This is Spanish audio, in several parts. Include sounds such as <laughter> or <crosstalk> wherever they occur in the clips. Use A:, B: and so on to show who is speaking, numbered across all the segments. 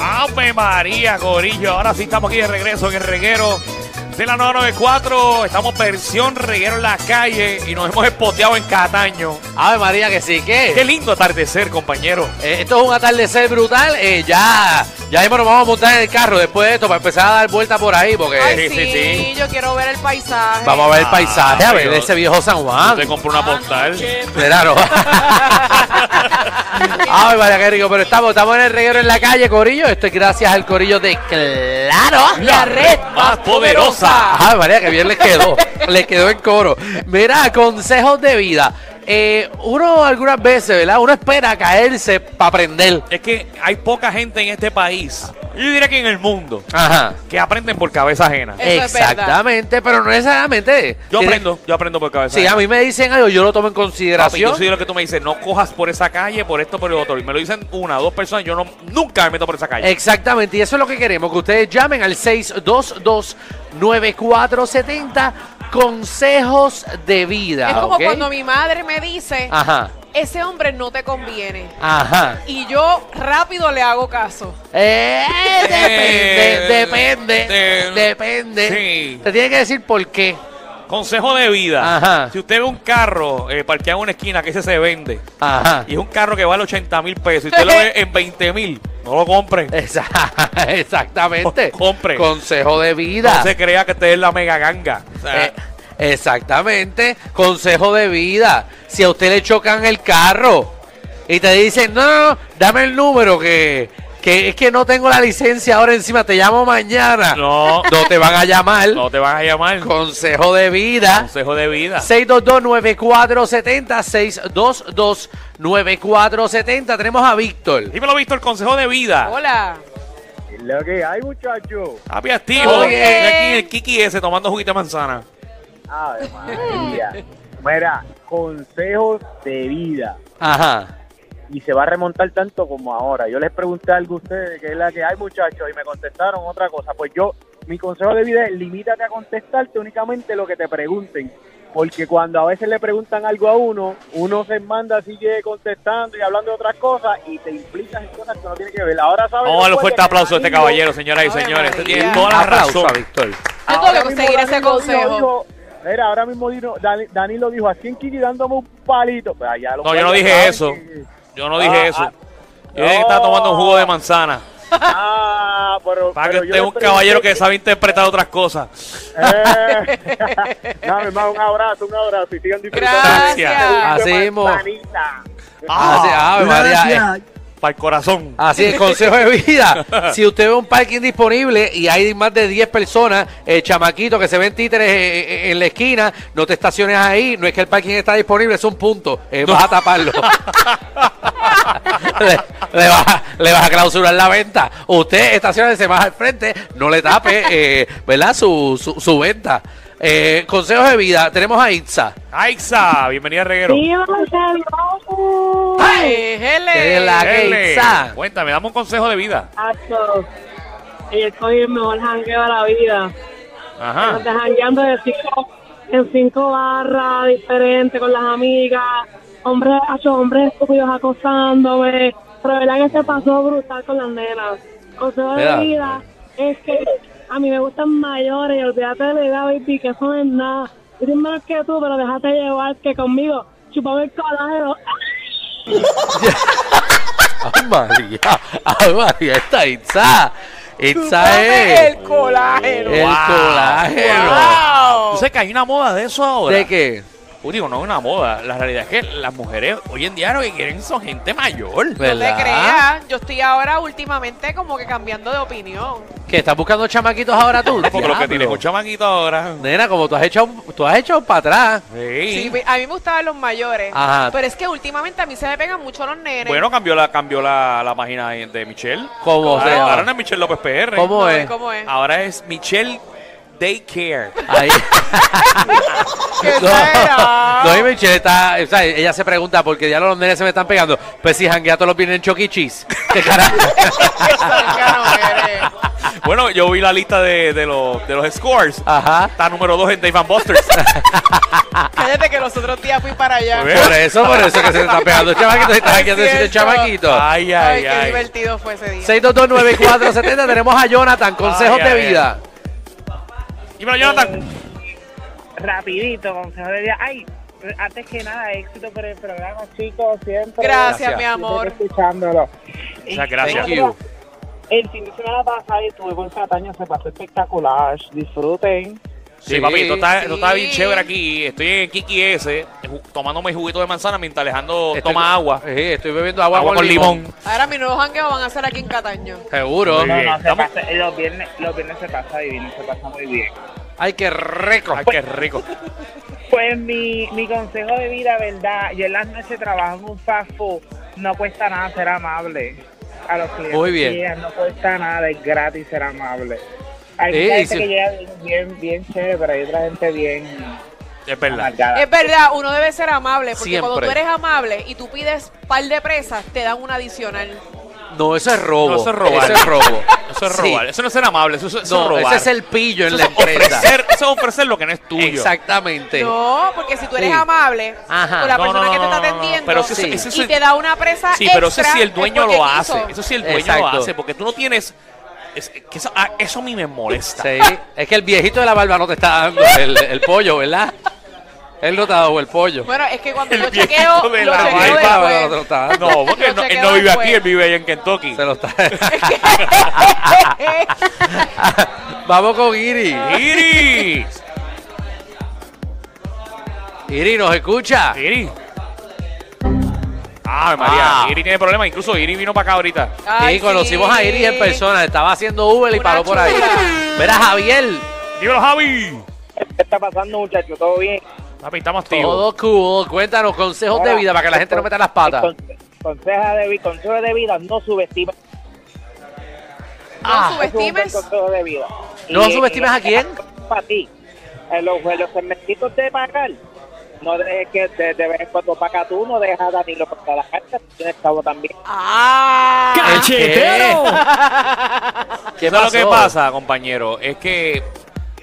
A: ¡Ave María, Gorillo! Ahora sí estamos aquí de regreso en el reguero de la 994. Estamos versión reguero en la calle y nos hemos espoteado en Cataño.
B: Ave María que sí,
A: ¡Qué
B: que
A: lindo atardecer, compañero!
B: eh, esto es un atardecer brutal. eh, ya, ya mismo nos vamos a montar en el carro después de esto para empezar a dar vuelta por ahí porque
A: Sí,
C: Ay, sí,
A: sí, sí.
C: yo quiero ver el paisaje.
B: vamos a ver el
A: Ah,
B: paisaje, a ver
A: yo-
B: ese viejo San
A: Yo
B: Juan.
A: Ah, te compré una postal. <laughs>
B: Claro. Ay, María, qué rico. Pero estamos, estamos en el reguero en la calle, Corillo. Esto es gracias al Corillo de Claro.
A: La red más poderosa.
B: Ay, María, que bien le quedó. <laughs> le quedó en coro. Mira, consejos de vida. Eh, uno algunas veces, ¿verdad? Uno espera caerse para aprender.
A: Es que hay poca gente en este país, yo diría que en el mundo,
B: Ajá.
A: que aprenden por cabeza ajena.
C: Eso es verdad.
B: Exactamente, pero no necesariamente.
A: Yo
B: Tiene-
A: aprendo, yo aprendo por cabeza
B: Si a
A: ajena.
B: mí me dicen algo, yo lo tomo en
A: Papi,
B: consideración.
A: yo soy lo que tú me dices, no cojas por esa calle, por esto, por el otro. Y me lo dicen una, dos personas, yo no, nunca me meto por esa calle.
B: Exactamente, y eso es lo que queremos, que ustedes llamen al 622-9470 consejos de vida.
C: Es como
B: ¿ok? Ah.
C: cuando mi madre me dice,
B: Ajá,
C: ese hombre no te conviene.
B: ajá.
C: Y yo rápido le hago caso.
B: Eh,
A: Eh,
B: depende,
A: eh,
B: depende, depende.
A: sí.
B: Te tiene que decir por qué.
A: Consejo de vida.
B: Ajá.
A: Si usted ve un carro eh, parqueado en una esquina, que ese se vende,
B: Ajá.
A: y es un carro que vale 80 mil pesos, y usted lo
B: <laughs>
A: ve en 20 mil, no lo compren.
B: Eh, Esa- <laughs> Exactamente.
A: Co- compre.
B: Consejo de vida.
A: No se crea que usted es la mega ganga. O sea,
B: Eh, exactamente. Consejo de vida. Si a usted le chocan el carro y te dicen, no, no, no, dame el número que, que es que no tengo la licencia ahora encima, te llamo mañana.
A: no,
B: No te van a llamar.
A: no te van a llamar.
B: Consejo de vida.
A: Consejo de vida.
B: 622-9470. 622-9470. Tenemos a Víctor.
A: Dímelo, Víctor, consejo de vida.
C: Hola.
D: Lo que hay, muchachos.
A: Papi, activo.
B: Oye.
A: Estoy aquí en el Kiki ese tomando juguito de manzana.
D: Ave María. Mira, consejos de vida.
B: Ajá.
D: Y se va a remontar tanto como ahora. Yo les pregunté algo a ustedes, que es la que hay, muchachos, y me contestaron otra cosa. Pues yo, mi consejo de vida es limítate a contestarte únicamente lo que te pregunten. Porque cuando a veces le preguntan algo a uno, uno se manda, sigue contestando y hablando de otras cosas y te implicas en cosas que no tiene que ver. Ahora sabes.
A: Vamos a darle un fuerte
D: recuerda que
A: aplauso a este
D: Danilo-
A: caballero, señoras y
C: Ave
A: señores. Usted
C: María.
A: tiene toda la
B: Aplauso
A: razón.
B: a Víctor.
C: Yo tengo que
D: Ahora mismo
C: conseguir ese
D: Danilo dijo-
C: consejo.
D: dijo- mira, ahora mismo Dino- Dan- Danilo dijo, así en Kiki dándome un palito. Pues allá los
A: No, yo no
D: guardias
A: dije
D: saben
A: eso.
D: que-
A: Yo no dije
D: Ah,
A: eso.
D: ah.
A: Yo dije que estaba tomando un jugo de manzana.
D: Ah,
A: <laughs>
D: pero...
A: Para que
D: pero
A: usted
D: yo
A: es
D: le
A: un
D: pregunté-
A: caballero que sabe interpretar otras cosas.
D: Eh, <laughs> no, mi hermano, un abrazo, un abrazo. Y sigan disfrutando.
C: Gracias.
B: Así mismo.
D: Manzanita.
A: Ah,
B: Así- Ah, Ave María, eh.
A: Para el corazón.
B: Así es, consejo de vida. Si usted ve un parking disponible y hay más de 10 personas, eh, chamaquitos que se ven títeres eh, eh, en la esquina, no te estaciones ahí. No es que el parking está disponible, es un punto. eh, Vas a taparlo. le, le vas, a- le vas a clausurar la venta. Usted estaciona se más al frente, no le tape, eh, ¿verdad? Su, su, su venta. Eh, consejos de vida. Tenemos a Itza.
A: Aixa, bienvenida a Reguero.
C: Ay,
B: Que
C: hele.
B: la que
A: Dele.
B: Itza.
A: Cuéntame, dame un consejo de vida.
C: Ah.
E: Exacto. Y estoy el mejor jangueo de la vida.
A: Ajá.
E: Estás jangueando de cinco, en cinco barras diferentes con las amigas. Hombres, hacho, hombres estúpidos acosándome. Pero de verdad que se pasó brutal con las nenas. Consejo de
B: Mira.
E: vida es que a mí me gustan mayores. Olvídate de la edad, baby, que eso no es nada. Yo soy menos que tú, pero déjate llevar que conmigo chupame el colágeno.
B: ¡Ay, María! ¡Ay, María! ¡Esta Itza! ¡Itza
C: Dame
B: es!
C: el colágeno.
B: Eh. El
A: Wow.
B: colágeno.
C: Wow.
A: Yo sé que hay una moda de eso ahora.
B: ¿De qué?
A: digo, no es una moda. La realidad es que las mujeres hoy en día lo que quieren son gente mayor.
C: No te
B: ¿Verdad?
C: creas, yo estoy ahora últimamente como que cambiando de opinión.
B: ¿Qué? ¿Estás buscando chamaquitos ahora tú?
A: Porque lo que tienes es
B: Diablo.
A: un chamaquito ahora.
B: Nena, como tú has hecho, un- tú has hecho para atrás.
C: Sí, a mí me gustaban los mayores,
B: Ajá.
C: pero es que últimamente a mí se me pegan mucho los nenes.
A: Bueno, cambió la, cambió la, la página de- de Michelle.
B: ¿Cómo
A: ahora,
B: se llama?
A: ahora no es Michelle López PR.
B: ¿Cómo
C: No,
B: es?
C: ¿Cómo es?
A: Ahora es Michelle Daycare.
B: Ahí.
C: ¿Qué será?
B: No, no, y
C: <laughs>
B: Michelle está, o sea, ella se pregunta porque ya los nenes se me están pegando. Pues si janguea todos los viernes en Choquichis. <laughs> ¿Qué carajo?
C: Qué cercano eres.
A: <laughs> bueno, yo vi la lista de, de los, de los scores.
B: Ajá.
A: Está número 2 en Dave and Buster's.
B: <laughs>
C: Cállate que los otros días fui para allá.
A: Muy bien.
B: Por eso, por eso que se están pegando chamaquitos y están aquí haciendo
C: Cierto.
B: chamaquitos.
A: ay,
C: Ay,
A: ay,
C: qué
A: ay.
C: divertido fue ese día.
B: 6229470 tenemos a Jonathan, consejos
A: Ay, ay,
B: de vida.
A: Dímelo, Jonathan.
E: rapidito, consejo de vida. Ay, antes que nada, éxito por el programa, chicos, siempre.
C: Gracias,
B: Gracias.
C: mi
E: Siempre
C: amor.
E: escuchándolo.
A: Muchas
B: Thank
A: gracias.
B: you.
E: El fin de semana pasado estuve por Cataño, se pasó espectacular. Disfruten.
A: Sí,
B: Sí,
A: papi, tú estás, tú estás bien
C: sí.
A: chévere aquí. Estoy en Kiki S, ju- tomándome juguito de manzana mientras Alejandro
B: Estoy-
A: toma agua.
B: Sí, estoy bebiendo agua,
A: Agua
B: con
A: con
B: limón.
A: limón.
C: Ahora mis nuevos jangueos van a ser aquí en Cataño.
B: Seguro.
A: Muy
E: No, no,
A: bien.
E: se
A: Estamos-
E: pasa, los, viernes, los viernes se pasa divino, se pasa muy bien.
B: Ay, qué rico.
A: Ay, qué rico.
E: Pues mi, mi consejo de vida, ¿verdad? Yo en las noches trabajo en un fast food. No cuesta nada ser amable a los clientes.
B: Muy bien.
E: que llegan, No cuesta nada, es gratis ser amable. Hay
B: Sí,
E: mucha
B: Eh, y
E: gente
B: si-
E: que llega bien, bien, bien chévere, pero hay otra gente bien
A: Es
B: Oh
A: verdad.
E: amargada.
C: Es verdad, uno debe ser amable, porque cuando
B: Siempre.
C: tú eres amable y tú pides par de presas, te dan una adicional.
B: No, eso es robo.
A: No, eso es robar.
B: Eso es robo.
A: <laughs> Eso es
B: Sí.
A: robar. Eso no es ser amable, eso, eso es
B: No,
A: robar.
B: ese es el pillo en
A: Eso
B: la
A: es
B: empresa.
A: ofrecer, eso es ofrecer lo que no es tuyo.
B: Exactamente.
C: No, porque si tú eres
B: Sí.
C: amable
B: Ajá.
C: con la
A: No,
C: persona
A: no,
C: que
A: no,
C: te está
A: no, no, no.
C: atendiendo
A: Pero eso
B: es-
C: y
A: eso es-
C: te da una presa
A: Sí, pero eso
C: Ah, extra,
A: sí el
C: es
A: dueño
C: porque
A: lo
C: quiso.
A: hace. Eso sí el dueño lo
B: Exacto.
A: hace. Porque tú no tienes. es- que eso, ah, eso a mí me molesta.
B: Sí. Es que el viejito de la barba no te está dando el, el pollo, ¿verdad? Él no te ha dado el pollo.
C: Bueno, es que cuando
A: El
C: yo
A: viejito
C: chequeo,
A: de
C: lo
A: la
C: chequeo
A: barba,
C: después.
B: bueno, no te lo está dando.
A: No, porque él no, él no vive aquí, él vive allá en Kentucky.
B: Se lo está. <laughs> Vamos con Iri.
A: ¡Iri!
B: Iri, ¿nos escucha?
A: ¡Iri! Ah, María,
B: Ah.
A: Iri tiene problemas. Incluso Iri vino para acá ahorita.
C: <laughs> Ay,
B: sí, conocimos a Iri en persona. Estaba haciendo Uber y
C: Una
B: paró por ahí.
C: chula.
B: Verás, Javier.
A: Dímelo, Javi.
E: ¿Qué está pasando, muchachos? ¿Todo bien?
A: Papi, estamos activos.
B: Todo cool. Cuéntanos consejos de
E: Ahora,
B: vida para que la gente no meta las patas.
E: Conse- Consejo de, vi- consejo de vida, no subestimes.
C: No
B: Ah,
E: Ese es un buen
C: subestimes.
E: consejo de vida.
B: ¿No
E: Y-
B: subestimes
E: y-
B: a quién?
E: Para ti. En los, en los segmentitos de pagar, no dejes que de, de vez en cuando paga tú, no dejes a Danilo para la carta, tienes cabo también.
C: Ah,
B: ¿El qué? ¿Qué
A: ¿Sabes lo que
B: pasó?
A: pasa, compañero? Es que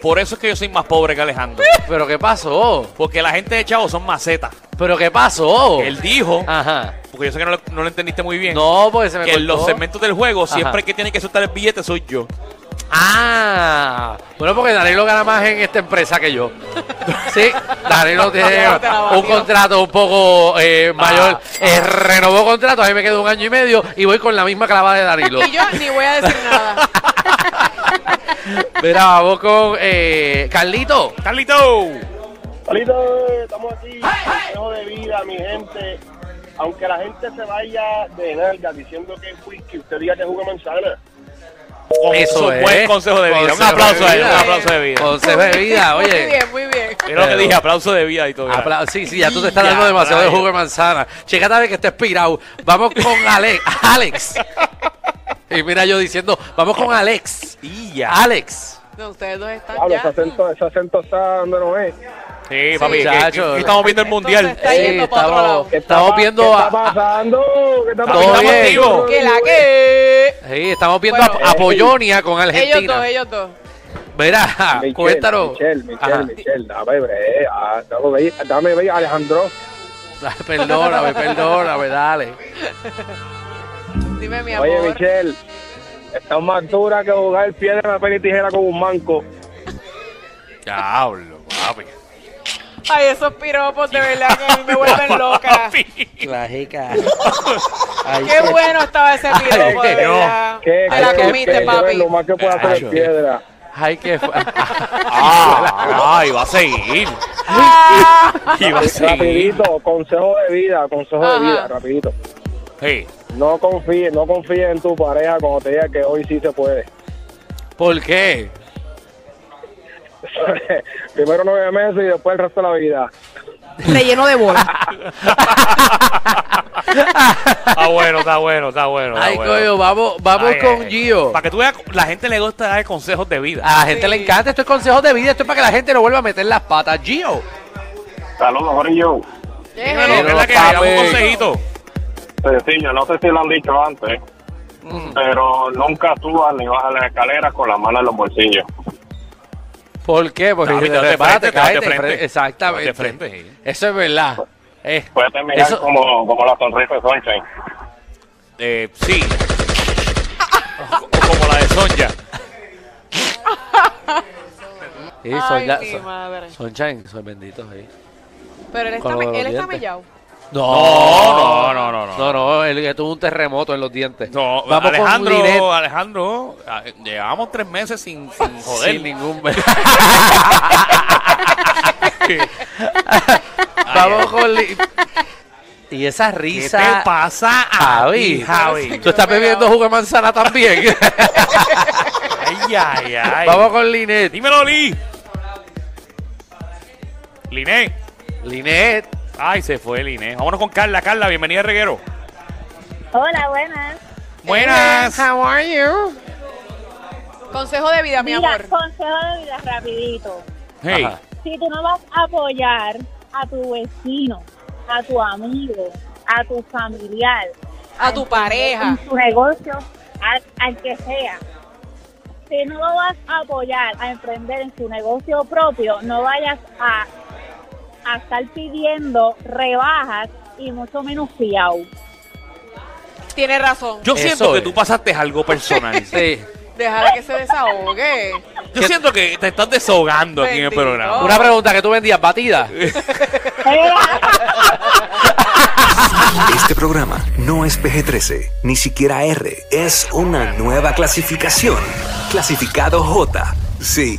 A: por eso es que yo soy más pobre que
C: <laughs>
A: Alejandro.
B: ¿Pero qué pasó?
A: Porque la gente de Chavo son macetas.
B: ¿Pero qué pasó?
A: Él dijo,
B: Ajá.
A: porque yo sé que no lo, no lo entendiste muy bien,
B: Oh. Ah. No, porque se me
A: que en los
B: cortó.
A: segmentos del juego,
B: Ajá.
A: siempre que tiene que soltar el billete soy yo.
B: Ah, bueno, porque Danilo gana más en esta empresa que yo. Sí, Danilo tiene
C: Ya te la batió.
B: un contrato un poco eh, mayor. Eh, renovó contrato, a mí me quedó un año y medio y voy con la misma clavada de Danilo.
C: y yo ni voy a decir nada.
B: <laughs> Mira, vamos con eh, Carlito.
A: ¡Carlito!
D: Solito, estamos aquí, consejo de vida, mi gente. Aunque la gente se vaya de nalga diciendo que es whisky, usted diga que es jugo de manzana.
A: Con
B: Eso
A: su
B: es.
A: buen consejo de vida. un
B: Consejo de
A: aplauso a él,
B: vida.
A: un aplauso de vida.
B: Consejo de vida,
C: Muy
B: oye.
C: bien, muy bien.
A: Mira lo que dije, aplauso de vida y todo. mira.
B: Apla- sí, sí, ya tú te estás
A: Ya,
B: dando demasiado de
A: rayo.
B: jugo de manzana. Chécate a ver que está expirado. Vamos con Alex. <laughs> Alex. Y mira yo diciendo, vamos con Alex.
A: Y ya.
B: Ah, Alex.
C: No, ustedes dos están
D: Hablo,
C: ya.
D: ese acento, ese acento está donde no es.
A: Sí, papi, que-
B: muchacho.
A: que- que estamos viendo el mundial.
C: Entonces, está yendo pa' otro lado.
B: estamos,
D: ¿Qué está
B: estamos
D: pa-
B: viendo
D: ¿Qué
B: a,
D: está
B: a-
D: pasando? ¿Qué está
B: Todo
D: pasando?
B: bien.
C: Que la que.
B: sí, estamos viendo
C: Bueno. eh,
B: a, a Polonia con
C: Ellos dos, eh.
B: Argentina.
C: ellos dos. Ah,
B: Mira, Ah,
D: Michelle,
B: cuéntanos.
D: Michelle, Michelle,
B: <laughs> Ajá.
D: Michelle, dame bre, ah, dame bre, dame bre, Alejandro.
B: Ay, Perdóname, perdóname, dale.
C: Dime, mi amor.
D: Oye, Michelle, está más dura que jugar piedra, papel y tijera con un manco.
A: Diablo, papi.
C: Ay, esos piropos de verdad que a mí
B: <laughs>
C: me vuelven loca.
A: Papi.
C: <laughs> Qué bueno estaba ese piropo, de
B: Dios.
C: verdad.
D: ¿Qué
C: Te la
D: crees
C: comiste,
D: que yo es
C: papi.
D: Lo más que puede hacer es
B: Ay,
D: piedra.
B: Ay, qué
A: Ah, ah, y va a
B: <laughs>
A: seguir. Y va a seguir.
D: Rapidito, consejo de vida, consejo
C: Ajá.
D: de vida, rapidito.
A: Sí.
D: No confíes, no confíes en tu pareja cuando te diga que hoy sí se puede. <laughs>
B: ¿Por qué?
D: Primero nueve meses y después el resto de la vida.
C: Relleno de bola.
A: Está bueno, está bueno, está bueno. está
B: <laughs> Ay,
A: bueno.
B: coño, vamos, vamos
A: Ay,
B: con
A: ay, ay.
B: Gio. Ah,
A: Para que tú veas, la gente le gusta dar consejos de vida.
B: A la gente le encanta estos consejos de vida. Esto es para que la gente no vuelva a meter las patas. Gio.
D: Saludos, Jorge.
A: Dímelo,
C: Eh,
A: ¿qué es la que hay? Dame un consejito.
D: Sencillo, no sé si lo han dicho antes, pero nunca subas ni bajas las escaleras con las manos en los bolsillos.
B: ¿Por qué? Porque
A: Dale,
B: de
A: dale
B: verdad
A: frente,
B: te
A: dale
B: caes de
A: frente.
B: frente. Exactamente.
A: Dale frente, sí.
B: Eso es verdad. Eh,
D: Puede terminar
B: Eso-
D: como, como la sonrisa de Sunshine.
A: Eh, sí. O- o como la de Sonja.
B: sí,
C: Ay,
B: eh, son ya-
C: mi
B: son-
C: madre.
B: son chan, son benditos, sí.
C: Pero él está,
B: Con los
C: él está
B: dientes.
C: mellado.
A: No, no, no, no, no.
B: Oh, No, no, él que tuvo un terremoto en los dientes.
A: No,
B: Vamos con Linet.
A: Alejandro, Alejandro, ah, llevamos tres meses sin, sin joder.
B: Sin
A: Ay,
B: ningún. <laughs> Vamos con. Li- Y esa
A: ¿Qué te
B: risa.
A: pasa a ti,
B: Javi.
A: Javi?
B: Tú estás bebiendo jugo de manzana también.
A: Ay, ay, ay.
B: <laughs> Vamos con Linet.
A: Dímelo, Lee. Liné.
B: Linet.
A: Ay, se fue Liné. Vámonos con Carla. Carla, bienvenida, Reguero.
E: Hola, buenas.
A: Buenas.
B: How are you?
C: Consejo de vida, mi
E: Mira,
C: amor.
E: consejo de vida rapidito.
A: Hey.
B: Ajá.
E: Si tú no vas a apoyar a tu vecino, a tu amigo, a tu familiar,
C: A tu pareja.
E: <laughs> en tu negocio, al, al que sea, si no lo vas a apoyar a emprender en tu negocio propio, no vayas a, a estar pidiendo rebajas y mucho menos fiao.
C: Tiene razón.
A: Yo
B: Eso
A: siento que
B: es.
A: tú pasaste algo
B: <laughs>
A: personal.
B: Sí.
C: Déjala que se desahogue.
A: Yo siento que te estás desahogando aquí en el
C: Bendito.
A: programa.
B: Una pregunta que tú vendías, batida.
F: Este programa no es PG-13, ni siquiera R. Es una nueva clasificación. Clasificado J. Sí.